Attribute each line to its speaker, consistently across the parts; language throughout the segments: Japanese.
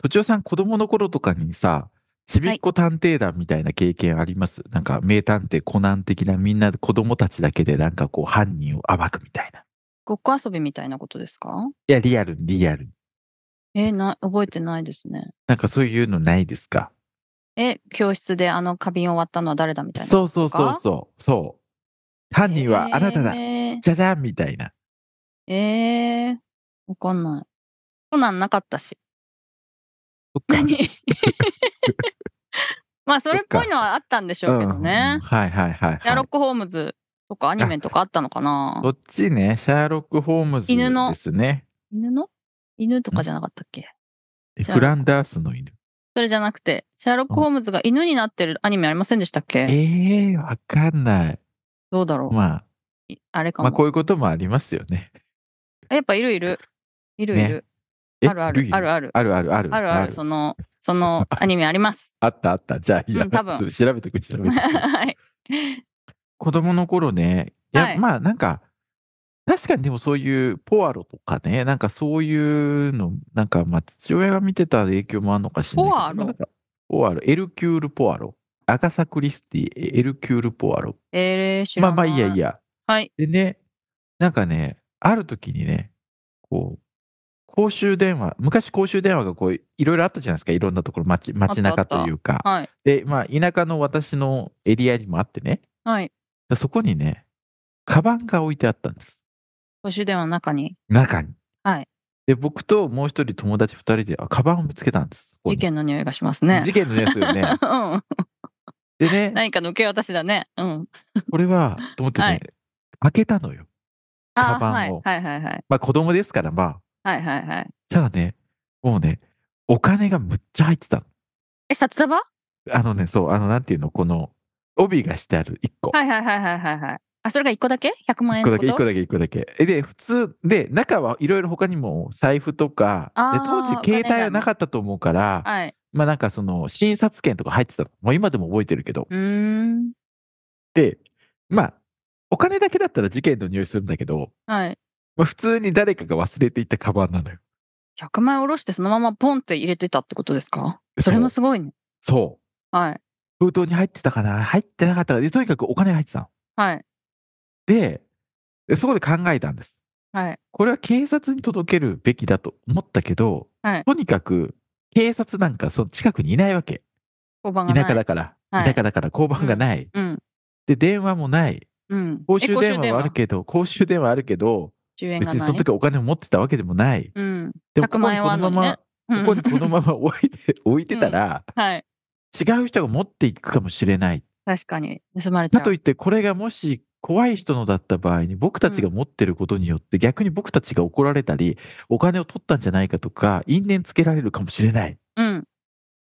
Speaker 1: とちおさん、子供の頃とかにさ、ちびっこ探偵団みたいな経験あります、なんか、名探偵コナン的な、みんなで子供たちだけで、なんかこう、犯人を暴くみたいな。い
Speaker 2: ごっこ遊びみたいなことですか
Speaker 1: や、リアルに、リアルに。
Speaker 2: えーな覚えてないですね
Speaker 1: なんかそういうのないですか
Speaker 2: え教室であの花瓶を割ったのは誰だみたいな
Speaker 1: そうそうそうそう。そう。犯人はあなただ、
Speaker 2: えー
Speaker 1: じゃじゃんみたいな。
Speaker 2: えー、わかんないコナンなかったし
Speaker 1: そっか
Speaker 2: 何 まあそれっ
Speaker 1: そっか
Speaker 2: ぽいのはあったんでしょうけど
Speaker 1: うん
Speaker 2: ね、
Speaker 1: はいはいはい、
Speaker 2: シャーロ
Speaker 1: は
Speaker 2: ッ
Speaker 1: い。
Speaker 2: ク・ホームズとかアニメとかあったのかな
Speaker 1: こっちね、シャーロック・ホームズ
Speaker 2: 犬の
Speaker 1: ですね。
Speaker 2: 犬の犬とかじゃなかったっけシャーロック
Speaker 1: フランダースの犬。
Speaker 2: それじゃなくて、シャーロック・ホームズが犬になってるアニメありませんでしたっけ
Speaker 1: ええー、わかんない。
Speaker 2: どうだろう、
Speaker 1: まあ、
Speaker 2: いあれか
Speaker 1: ま
Speaker 2: も、
Speaker 1: あ、こういうこともありますよね。
Speaker 2: やっぱいるいる。いるいる。
Speaker 1: え
Speaker 2: あるある
Speaker 1: ル。イ
Speaker 2: あるある。
Speaker 1: あるあるある
Speaker 2: あるある。その、そのアニメあり ます。
Speaker 1: あったあった。じゃあ、いや、
Speaker 2: うん多分
Speaker 1: 調べてく調べて く。
Speaker 2: はい。
Speaker 1: 子供の頃ね、いや、
Speaker 2: はい
Speaker 1: まあなんか、確かにでもそういうポアロとかね、なんかそういうの、なんかまあ父親が見てた影響もあるのかしらないけど。
Speaker 2: ポアロ
Speaker 1: まあなんかポアロ、エルキュール・ポアロ。アガサ・クリスティ、エルキュール・ポアロ。
Speaker 2: えー、知
Speaker 1: ま
Speaker 2: ら
Speaker 1: あ
Speaker 2: ない。
Speaker 1: まあいいやいい
Speaker 2: や。
Speaker 1: や。
Speaker 2: はい。
Speaker 1: でね、なんかね、ある時にね、こう、公衆電話、昔公衆電話がこう、いろいろあったじゃないですか、いろんなところ、街街
Speaker 2: あ
Speaker 1: 中
Speaker 2: ったあった
Speaker 1: というか。
Speaker 2: はい。
Speaker 1: で、まあ、田舎の私のエリアにもあってね、
Speaker 2: はい。
Speaker 1: そこにね、カバンが置いてあったんです。
Speaker 2: 公衆電話の中に。
Speaker 1: 中に。
Speaker 2: はい。
Speaker 1: で、僕ともう一人友達二人で、あカバンを見つけたんです。ここ
Speaker 2: 事
Speaker 1: に
Speaker 2: 件の匂いがしますね。
Speaker 1: 事件のやつよね。
Speaker 2: うん。
Speaker 1: で ね、
Speaker 2: 何かの受け渡しだね。うん。
Speaker 1: これは、と思ってね、
Speaker 2: はい
Speaker 1: 開けたのよ。
Speaker 2: あ
Speaker 1: カ
Speaker 2: ーは
Speaker 1: バ
Speaker 2: い
Speaker 1: ンを
Speaker 2: はいはいはい。
Speaker 1: まあ、子供ですから、まあ。
Speaker 2: はいはいはい。
Speaker 1: ただね、もうね、お金がむっちゃ入ってたの。
Speaker 2: え、札束は
Speaker 1: あのね、そう、あの、なんていうの、この、帯がしてある、一個。
Speaker 2: いはいはいはいはいはい。あ、それが一個だけ ?100 万
Speaker 1: 一
Speaker 2: 円
Speaker 1: 個
Speaker 2: の
Speaker 1: だ
Speaker 2: こ
Speaker 1: け、一
Speaker 2: と
Speaker 1: 個だけ、一個だけ。えで、普通、で、中はいろいろ他にも財布とか、
Speaker 2: あ
Speaker 1: で
Speaker 2: ー
Speaker 1: 当時
Speaker 2: お金
Speaker 1: 携
Speaker 2: 以外
Speaker 1: 帯は
Speaker 2: も
Speaker 1: なかったと思うから、
Speaker 2: はい。
Speaker 1: まあなんかその診察券とか入ってたの。もう今でも覚えてるけど。
Speaker 2: うーん。
Speaker 1: で、まあ、お金だけだったら事件の匂いするんだけど、
Speaker 2: はい。
Speaker 1: まあ、普通に誰かが忘れていったカバンなのよ。
Speaker 2: 100枚下ろしてそのままポンって入れてたってことですかそれも
Speaker 1: そ
Speaker 2: すごいね。
Speaker 1: うそう。
Speaker 2: はい。
Speaker 1: 封筒に入ってたかな入ってなかったかで、とにかくお金が入ってたの。
Speaker 2: はい。
Speaker 1: で、でそこで考えたんです。
Speaker 2: はい。
Speaker 1: これは警察に届けるべきだと思ったけど、
Speaker 2: はい
Speaker 1: とにかく警察なんかその近くにいないわけ。
Speaker 2: 交番がな
Speaker 1: 田
Speaker 2: い。
Speaker 1: 舎だから、
Speaker 2: は
Speaker 1: 田
Speaker 2: い
Speaker 1: 舎だから交番がない、
Speaker 2: うん。
Speaker 1: で電話もない
Speaker 2: うん。
Speaker 1: 公衆電話はあ
Speaker 2: え
Speaker 1: るけど公衆電話あるけど
Speaker 2: 10円
Speaker 1: 別
Speaker 2: が
Speaker 1: に
Speaker 2: な
Speaker 1: そ
Speaker 2: い。
Speaker 1: の時お金を持ってたわけでもない
Speaker 2: うん。
Speaker 1: でも
Speaker 2: 100万円はあるのにね
Speaker 1: ここ
Speaker 2: う
Speaker 1: に
Speaker 2: ん
Speaker 1: このままここにこのまま置いて置いてたら、
Speaker 2: はい。
Speaker 1: 違う人が持っていくかもしれない
Speaker 2: 確かに。盗まれちゃ
Speaker 1: か
Speaker 2: う。
Speaker 1: といってこれがもし怖い人のだった場合に僕たちが持ってることによって逆に僕たちが怒られたりお金を取ったんじゃないかとか因縁つけられるかもしれない
Speaker 2: うん。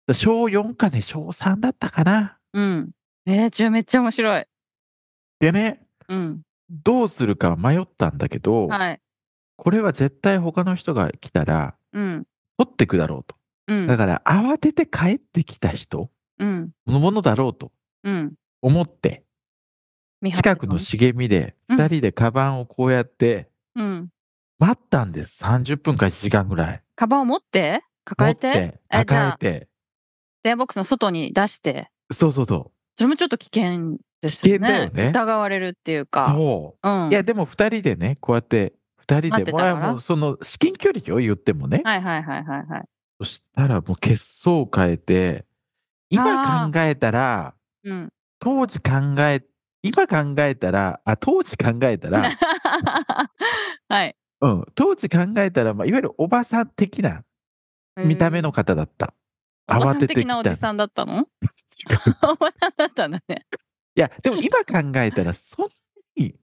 Speaker 1: だ小4かね小3だったかな
Speaker 2: うん。えー、10めっちゃ面白い。
Speaker 1: でね
Speaker 2: うん。
Speaker 1: どうするか迷ったんだけど、
Speaker 2: はい。
Speaker 1: これは絶対他の人が来たら
Speaker 2: うん。
Speaker 1: 取ってくだろうと。
Speaker 2: う
Speaker 1: だ
Speaker 2: ん。
Speaker 1: から慌てて帰ってきた人
Speaker 2: うん。
Speaker 1: のものだろうと
Speaker 2: うん。
Speaker 1: 思って、
Speaker 2: 見張って
Speaker 1: 近くの茂みで
Speaker 2: うん
Speaker 1: 2人でカバンをこうやって
Speaker 2: うん。
Speaker 1: 待ったんです。30分か1時間ぐらい。
Speaker 2: カバンを持って抱え
Speaker 1: 持ってて
Speaker 2: えじゃ
Speaker 1: 抱
Speaker 2: あ
Speaker 1: えて。
Speaker 2: 電話ボックスの外に出して。
Speaker 1: そうそうそう。
Speaker 2: それもちょっと危険です
Speaker 1: 危険
Speaker 2: よね。
Speaker 1: だよね
Speaker 2: 疑われるっていうか。
Speaker 1: そうう。
Speaker 2: ん。
Speaker 1: いや、でも2人でね、こうやって2
Speaker 2: 待っ
Speaker 1: 人
Speaker 2: て
Speaker 1: で、
Speaker 2: たから
Speaker 1: まあもうその至近距離よ、言ってもね。
Speaker 2: はいはいはいはいはい。
Speaker 1: そしたらもう血相を変えて、今考えたら、
Speaker 2: うん。
Speaker 1: 当時考え、今考えたら、あ、当時考えた ら、
Speaker 2: はい。
Speaker 1: うん、当時考えたら、まあ、いわゆるおばさん的な見た目の方だった。
Speaker 2: お
Speaker 1: 慌
Speaker 2: ばさ
Speaker 1: て
Speaker 2: ん
Speaker 1: てき
Speaker 2: 的
Speaker 1: た
Speaker 2: な
Speaker 1: の
Speaker 2: おじさんだったの
Speaker 1: 違 う
Speaker 2: おばさんだったんだね。
Speaker 1: いや、でも今考えたら、そんなに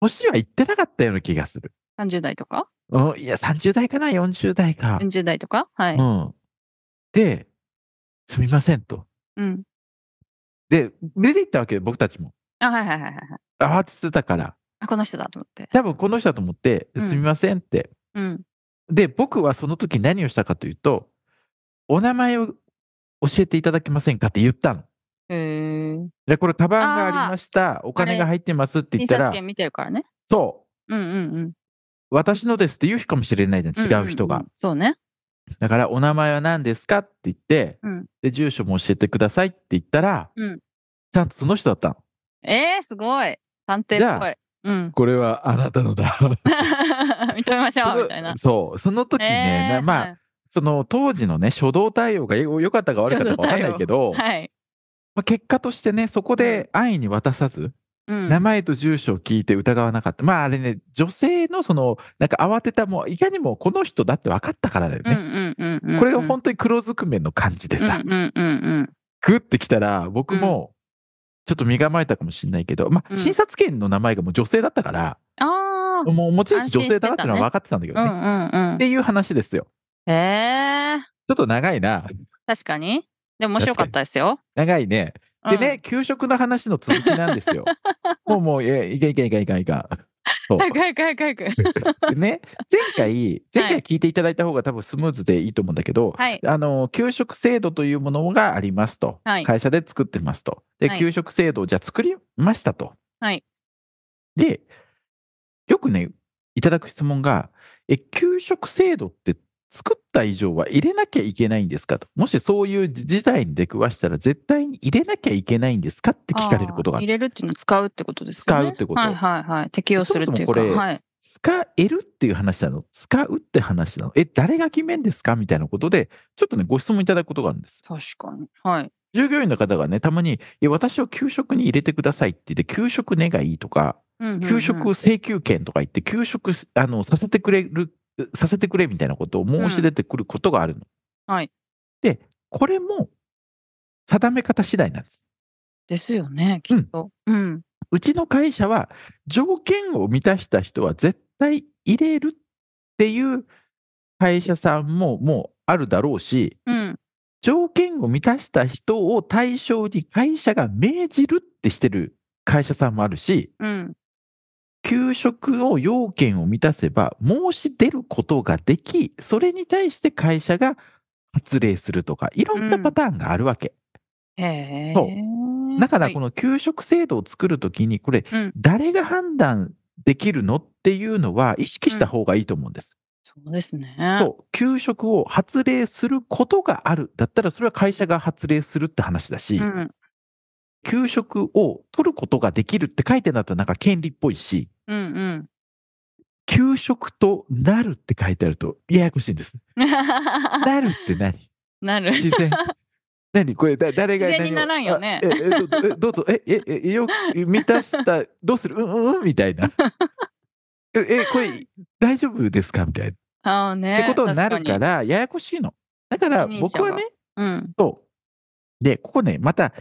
Speaker 1: 年はいってなかったような気がする。
Speaker 2: 30代とか
Speaker 1: うん、いや、30代かな、40代か。
Speaker 2: ?40 代とかはい。
Speaker 1: うん。で、すみませんと。
Speaker 2: うん。
Speaker 1: で、出て行ったわけよ、僕たちも。
Speaker 2: あ、はいはいはいはいはい。
Speaker 1: 慌ててたから、
Speaker 2: あ、この人だと思って。
Speaker 1: 多分この人だと思って、
Speaker 2: うん
Speaker 1: すみませんって。
Speaker 2: うん。
Speaker 1: で、僕はその時何をしたかというと、お名前を教えていただけませんかって言ったの。
Speaker 2: へえ。
Speaker 1: で、これ、カバンがありました、お金が入ってますって言
Speaker 2: 印
Speaker 1: った
Speaker 2: 刷
Speaker 1: ら、
Speaker 2: 権見てるからね。
Speaker 1: そ
Speaker 2: うんうんうん。
Speaker 1: う、私のですって言うかもしれないじゃん、違う人が。
Speaker 2: んんん。そうね。
Speaker 1: だから、お名前は何ですかって言って、
Speaker 2: うん
Speaker 1: で、住所も教えてくださいって言ったら、
Speaker 2: うん
Speaker 1: ちゃんとその人だったの。
Speaker 2: えー、すごい。探
Speaker 1: じ
Speaker 2: 偵っ
Speaker 1: ゃ
Speaker 2: ぽい
Speaker 1: あ。
Speaker 2: うん。
Speaker 1: これはあなたのだ。
Speaker 2: 認めましょうみたいな。
Speaker 1: そう、その時ね、
Speaker 2: えー
Speaker 1: なまあ、
Speaker 2: はい
Speaker 1: その当時のね、初動対応がよ良かったか悪かったか分かんないけど、
Speaker 2: はい。
Speaker 1: まあ、結果としてね、そこで安易に渡さず、
Speaker 2: うん
Speaker 1: 名前と住所を聞いて疑わなかった。まああれね、女性のその、なんか慌てた、もういかにもこの人だって分かったからだよね。これが本当に黒ずくめの感じでさ、
Speaker 2: うんうんうんうん。
Speaker 1: グッてきたら、僕も、ちょっと身構えたかもしれないけど、ま
Speaker 2: う
Speaker 1: あ、
Speaker 2: ん
Speaker 1: 診察権の名前がもう女性だったから、
Speaker 2: ああ。
Speaker 1: もう持ち主女性だなっていうのは分かってたんだけ
Speaker 2: う
Speaker 1: どね。
Speaker 2: んうんうん
Speaker 1: っ。ていう話ですよ。
Speaker 2: えー、
Speaker 1: ちょっと長いな。
Speaker 2: 確かに。でも面白かったですよ。
Speaker 1: 長いね。でね、給食の話の続きなんです よ。もうもう、えいけいけいけいけいけ。そう
Speaker 2: うん。早く早く早く早く。
Speaker 1: でね、前回、前回聞いていただいた方が多分スムーズでいいと思うんだけど、
Speaker 2: はい。
Speaker 1: あの、給食制度というものがありますと。
Speaker 2: はい
Speaker 1: 会社で作ってますと。で、
Speaker 2: はい
Speaker 1: 給食制度をじゃあ作りましたと。
Speaker 2: はい
Speaker 1: で、よくね、いただく質問が、え、給食制度って作った以上は入れなきゃいけないんですかと。もしそういう事態に出くわしたら、絶対に入れなきゃいけないんですかって聞かれることがあ
Speaker 2: あ
Speaker 1: るん
Speaker 2: ー入
Speaker 1: です。
Speaker 2: れるっていうのは使うってことですよね。
Speaker 1: 使うってこと
Speaker 2: はいはいはい。適用するっていうか。
Speaker 1: そもそもこれ
Speaker 2: はい。
Speaker 1: 使えるっていう話なの使うって話なのえ、誰が決めんですかみたいなことで、ちょっとね、ご質問いただくことがあるんです。
Speaker 2: 確かに。はい。
Speaker 1: 従業員の方がね、たまに、え私を給食に入れてくださいって言って、給食願いとか、
Speaker 2: うんうんうん
Speaker 1: 給食請求権とか言って、給食すあのさせてくれる、させてくれみたいなことを申し出てくることがあるの。
Speaker 2: はい。
Speaker 1: で、これも定め方次第なんです。
Speaker 2: ですよね、きっと。うん。
Speaker 1: うちの会社は、条件を満たした人は絶対入れるっていう会社さんももうあるだろうし、
Speaker 2: うん。
Speaker 1: 条件を満たした人を対象に会社が命じるってしてる会社さんもあるし、
Speaker 2: うん。
Speaker 1: 給食の要件を満たせば申し出ることができ、それに対して会社が発令するとか、いろんなパターンがあるわけ。
Speaker 2: へえ。
Speaker 1: そうだからこ
Speaker 2: の、
Speaker 1: の給食制度を作るときに、これ
Speaker 2: うん、
Speaker 1: 誰が判断できるのっていうのは意識した方がいいと思うんです。
Speaker 2: そうですね。
Speaker 1: そう、給食を発令することがあるだったら、それは会社が発令するって話だし、
Speaker 2: ん。
Speaker 1: 給食を取ることができるって書いてあったらなんか権利っぽいし、
Speaker 2: うん
Speaker 1: 給食となるって書いてあるとややこしいんです。
Speaker 2: うん。
Speaker 1: なるって何
Speaker 2: なる。
Speaker 1: 自然。何これだ誰が
Speaker 2: 自然
Speaker 1: 何を
Speaker 2: にならんよね
Speaker 1: あええどえどうぞ、え、え、え、よ満たした、どうするうんうんうんみたいな。え、えこれ大丈夫ですかみたい
Speaker 2: ああ
Speaker 1: な。
Speaker 2: ね。
Speaker 1: ってことになるか
Speaker 2: 確
Speaker 1: ら、ややこしいの。だから
Speaker 2: 二輪車
Speaker 1: 僕
Speaker 2: が
Speaker 1: はね、
Speaker 2: に。うん。
Speaker 1: そう。で、ここね、また、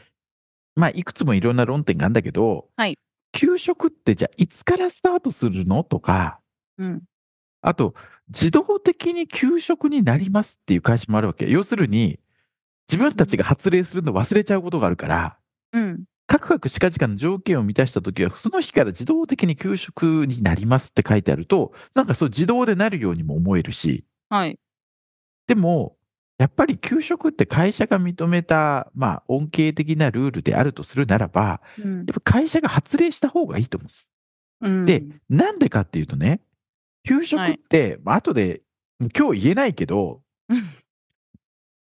Speaker 1: まあ、いくつもいろんな論点があるんだけど、
Speaker 2: はい
Speaker 1: 給食ってじゃあ、いつからスタートするのとか、
Speaker 2: うん。
Speaker 1: あと、自動的に給食になりますっていう会社もあるわけ。要するに、自分たちが発令するの忘れちゃうことがあるから、
Speaker 2: うん。
Speaker 1: カクカクしかじかの条件を満たしたときは、その日から自動的に給食になりますって書いてあると、なんかそう自動でなるようにも思えるし、
Speaker 2: はい。
Speaker 1: でも、やっぱり給食って会社が認めた、まあ、恩恵的なルールであるとするならば、
Speaker 2: うん
Speaker 1: やっぱ会社が発令した方がいいと思うんです。
Speaker 2: うん。
Speaker 1: でなんでかっていうとね、給食って、まあ後で、今日言えないけど
Speaker 2: うん、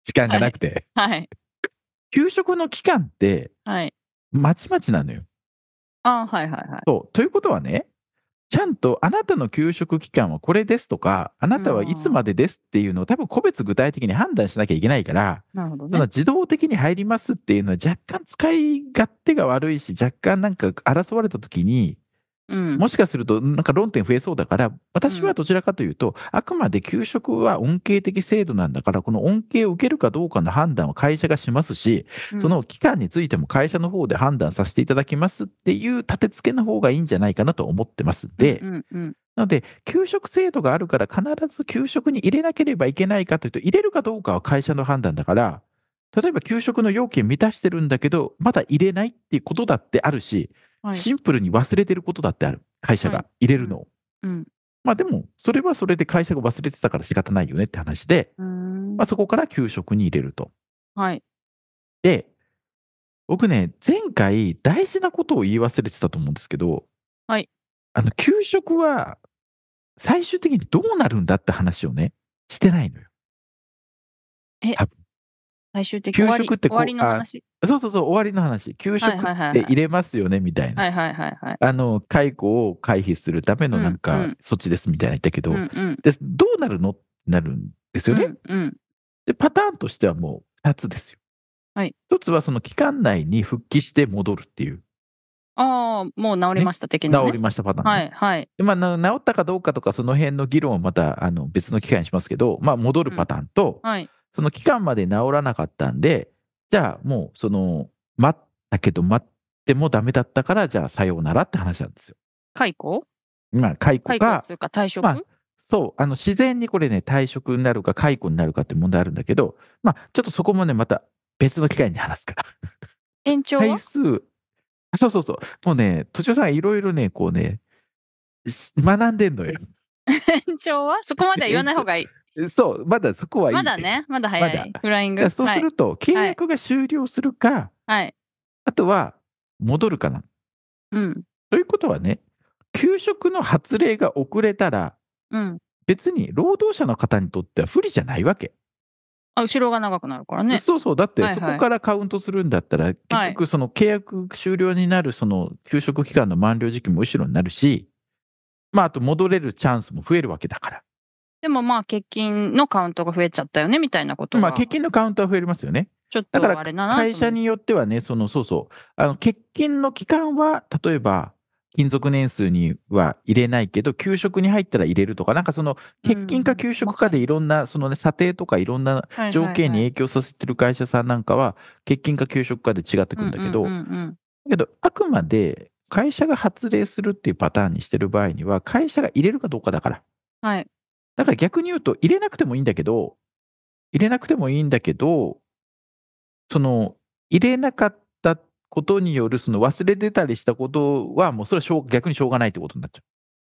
Speaker 1: 時間がなくて、
Speaker 2: はい。
Speaker 1: 給食の期間って、
Speaker 2: はい。
Speaker 1: まちまちなのよ。
Speaker 2: ああ、はいはいはい。
Speaker 1: そうということはね、ちゃんとあなたの給食期間はこれですとか、あなたはいつまでですっていうのを多分個別具体的に判断しなきゃいけないから、
Speaker 2: なるほど
Speaker 1: その
Speaker 2: ね。
Speaker 1: 自動的に入りますっていうのは若干使い勝手が悪いし若干なんか争われた時に
Speaker 2: うん。
Speaker 1: もしかするとなんか論点増えそうだから私はどちらかというとあくまで給食は恩恵的制度なんだからこの恩恵を受けるかどうかの判断は会社がしますし
Speaker 2: うん
Speaker 1: その期間についても会社の方で判断させていただきますっていう立て付けの方がいいんじゃないかなと思ってますんで
Speaker 2: うんうん。
Speaker 1: なので、給食制度があるから、必ず給食に入れなければいけないかというと、入れるかどうかは会社の判断だから、例えば給食の要件満たしてるんだけど、まだ入れないっていうことだってあるし、
Speaker 2: はい。
Speaker 1: シンプルに忘れてることだってある、会社が入れるのを。
Speaker 2: うん。
Speaker 1: まあでも、それはそれで会社が忘れてたから仕方ないよねって話で、
Speaker 2: うーん
Speaker 1: まあ、そこから給食に入れると。
Speaker 2: はい。
Speaker 1: で、僕ね、前回大事なことを言い忘れてたと思うんですけど、
Speaker 2: はい
Speaker 1: あの、給食は最終的にどうなるんだって話をね、してないのよ。
Speaker 2: 最終的
Speaker 1: 給
Speaker 2: 終わり
Speaker 1: 食ってこう
Speaker 2: 終わりの話。
Speaker 1: そうそうそう、終わりの話。給食
Speaker 2: はいはいはい
Speaker 1: っ
Speaker 2: は
Speaker 1: て
Speaker 2: い
Speaker 1: 入れますよね、みたいな。
Speaker 2: はいはいはいはい。
Speaker 1: あの、解雇を回避するためのなん
Speaker 2: うんう
Speaker 1: か
Speaker 2: ん
Speaker 1: 措置ですみたいな言ったけど、
Speaker 2: うんうん。
Speaker 1: でどうなるのってなるんですよね。
Speaker 2: うんうん。
Speaker 1: で、パターンとしてはもう2つですよ。
Speaker 2: はい
Speaker 1: 1つはその期間内に復帰して戻るっていう、
Speaker 2: ああ、もう治りました的な、ね。
Speaker 1: 治りましたパターンね、
Speaker 2: はいはい。
Speaker 1: でまあ、な治ったかどうかとか、その辺の議論はまたあの別の機会にしますけど、まあ、戻るパターンと、
Speaker 2: はい。
Speaker 1: その期間まで治らなかったんで、じゃあもう、その、待ったけど、待ってもダメだったから、じゃあさようならって話なんですよ。
Speaker 2: 解雇
Speaker 1: まあ、解雇
Speaker 2: 解雇
Speaker 1: か
Speaker 2: と、いうか退職、
Speaker 1: まあそう、あの自然にこれね、退職になるか解雇になるかって問題あるんだけど、まあ、ちょっとそこもね、また別の機会に話すから。
Speaker 2: 延長は、
Speaker 1: 回数、あそうそうそう、もうね、とちおさんがいろいろね、こうね、し学んでんのよ。
Speaker 2: 延長はそこまでは言わない方が いい。
Speaker 1: そう、まだそこはいい。
Speaker 2: まだ。ね、まだ早い。
Speaker 1: まだ
Speaker 2: フライン
Speaker 1: だから
Speaker 2: グ。
Speaker 1: そうすると、契約が終了するか、
Speaker 2: はい。はい。
Speaker 1: あとは戻るかな。
Speaker 2: うん。
Speaker 1: ということはね、給食の発令が遅れたら、
Speaker 2: うん。
Speaker 1: 別に労働者の方にとっては不利じゃないわけ。
Speaker 2: あ、後ろが長くなるからね。
Speaker 1: そうそう、だって
Speaker 2: はいはい
Speaker 1: そこからカウントするんだったら、
Speaker 2: はい
Speaker 1: 結局、その契約終了になるその給食期間の満了時期も後ろになるし、まあ、あと戻れるチャンスも増えるわけだから。
Speaker 2: でもまあ、欠勤のカウントが増えちゃったよね、みたいなことは。
Speaker 1: まあ、欠勤のカウントは増えますよね。
Speaker 2: ちょっ
Speaker 1: だ
Speaker 2: と
Speaker 1: から
Speaker 2: あれだなと思
Speaker 1: 会
Speaker 2: う
Speaker 1: 社。によってはね、そのそうそう、あの欠勤の期間は、例えば、勤続年数には入れないけど、給食に入ったら入れるとか、なんかその
Speaker 2: うん
Speaker 1: 欠勤か給食かでいろんな、そのね、査定とかいろんな
Speaker 2: はいはいはい
Speaker 1: 条件に影響させてる会社さんなんかは、欠勤か給食かで違ってくるんだけど、
Speaker 2: うんう
Speaker 1: だ
Speaker 2: んうんうん
Speaker 1: けど、あくまで会社が発令するっていうパターンにしてる場合には、会社が入れるかどうかだから。
Speaker 2: はい。
Speaker 1: だから逆に言うと、入れなくてもいいんだけど、入れなくてもいいんだけど、その、入れなかったことによる、その忘れてたりしたことは、もうそれはしょう逆にしょうがないってことになっちゃ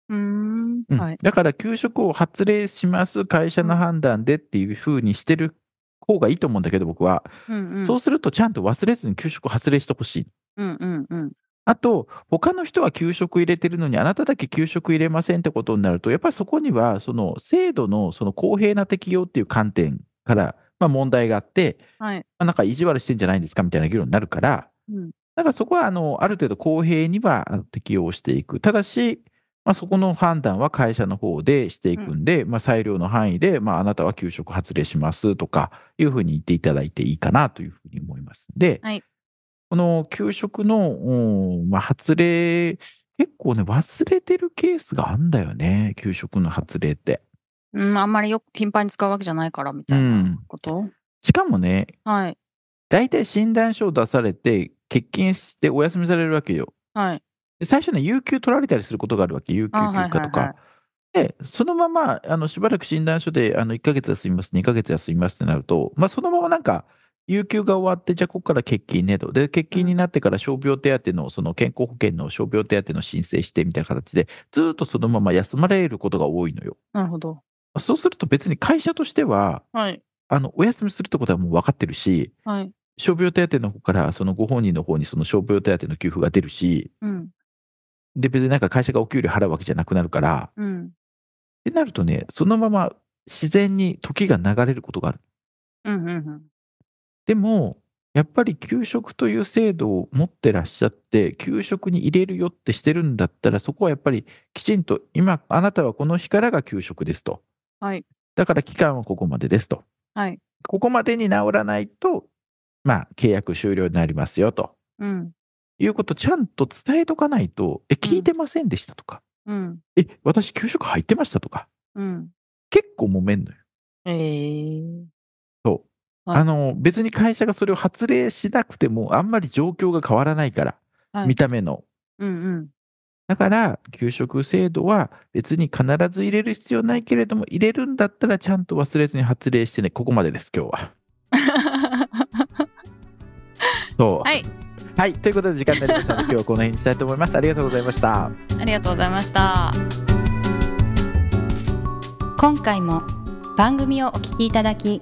Speaker 2: うーん。
Speaker 1: う。うん
Speaker 2: はい。
Speaker 1: だから、給食を発令します、会社の判断でっていうふうにしてる方がいいと思うんだけど、僕は。
Speaker 2: うんうん。
Speaker 1: そうすると、ちゃんと忘れずに給食を発令してほしい。
Speaker 2: うんうんうん。
Speaker 1: あと、他の人は給食入れてるのに、あなただけ給食入れませんってことになると、やっぱりそこには、その制度のその公平な適用っていう観点から、まあ、問題があって、
Speaker 2: はい。
Speaker 1: まあなんか意地悪してんじゃないんですかみたいな議論になるから、
Speaker 2: うん
Speaker 1: だからそこはあのある程度公平にはあの適用していく。ただし、まあ、そこの判断は会社の方でしていくんで、まあ、裁量の範囲で、まあ、あなたは給食発令しますとかいうふうに言っていただいていいかなというふうに思います。で、
Speaker 2: はい
Speaker 1: この給食の、うんまあ、発令、結構ね、忘れてるケースがあんだよね、給食の発令って。
Speaker 2: うん、あんまりよく頻繁に使うわけじゃないから、みたいなこと、
Speaker 1: しかもね、
Speaker 2: はい。
Speaker 1: 大体診断書を出されて、欠勤してお休みされるわけよ。
Speaker 2: はい。
Speaker 1: で最初ね、有給取られたりすることがあるわけ、有給
Speaker 2: あはい
Speaker 1: 休暇と
Speaker 2: はいは
Speaker 1: か。で、そのままあのしばらく診断書であの1ヶ月休みます、2ヶ月休みますってなると、まあ、そのままなんか、有給が終わって、じゃあここから欠勤ねと。で、欠勤になってから傷病手当の、その健康保険の傷病手当の申請してみたいな形で、ずーっとそのまま休まれることが多いのよ。
Speaker 2: なるほど。
Speaker 1: そうすると別に会社としては、
Speaker 2: はい。
Speaker 1: あのお休みするってことはもう分かってるし、
Speaker 2: はい。
Speaker 1: 傷病手当の方から、そのご本人の方にその傷病手当の給付が出るし、
Speaker 2: うん。
Speaker 1: で、別になんか会社がお給料払うわけじゃなくなるから、
Speaker 2: うん。
Speaker 1: ってなるとね、そのまま自然に時が流れることがある。
Speaker 2: うん。うんうん。
Speaker 1: でも、やっぱり給食という制度を持ってらっしゃって、給食に入れるよってしてるんだったら、そこはやっぱりきちんと、今、あなたはこの日からが給食ですと。
Speaker 2: はい。
Speaker 1: だから期間はここまでですと。
Speaker 2: はい。
Speaker 1: ここまでに治らないと、まあ、契約終了になりますよと
Speaker 2: うん。
Speaker 1: いうこと、ちゃんと伝えとかないと、え、聞いてませんでしたとか、
Speaker 2: うん。
Speaker 1: え、私、給食入ってましたとか、
Speaker 2: うん。
Speaker 1: 結構揉めんのよ。
Speaker 2: えー。
Speaker 1: そう
Speaker 2: はい
Speaker 1: あの別に会社がそれを発令しなくても、あんまり状況が変わらないから、
Speaker 2: はい
Speaker 1: 見た目の。
Speaker 2: うんうん。
Speaker 1: だから、給食制度は別に必ず入れる必要ないけれども、入れるんだったらちゃんと忘れずに発令してね、ここまでです、今日は。そう。
Speaker 3: はい。
Speaker 1: はい、ということで時間になりましたので、今日はこの辺にしたいと思います。ありがとうございました。
Speaker 3: ありがとうございました。今回も番組をお聞きいただき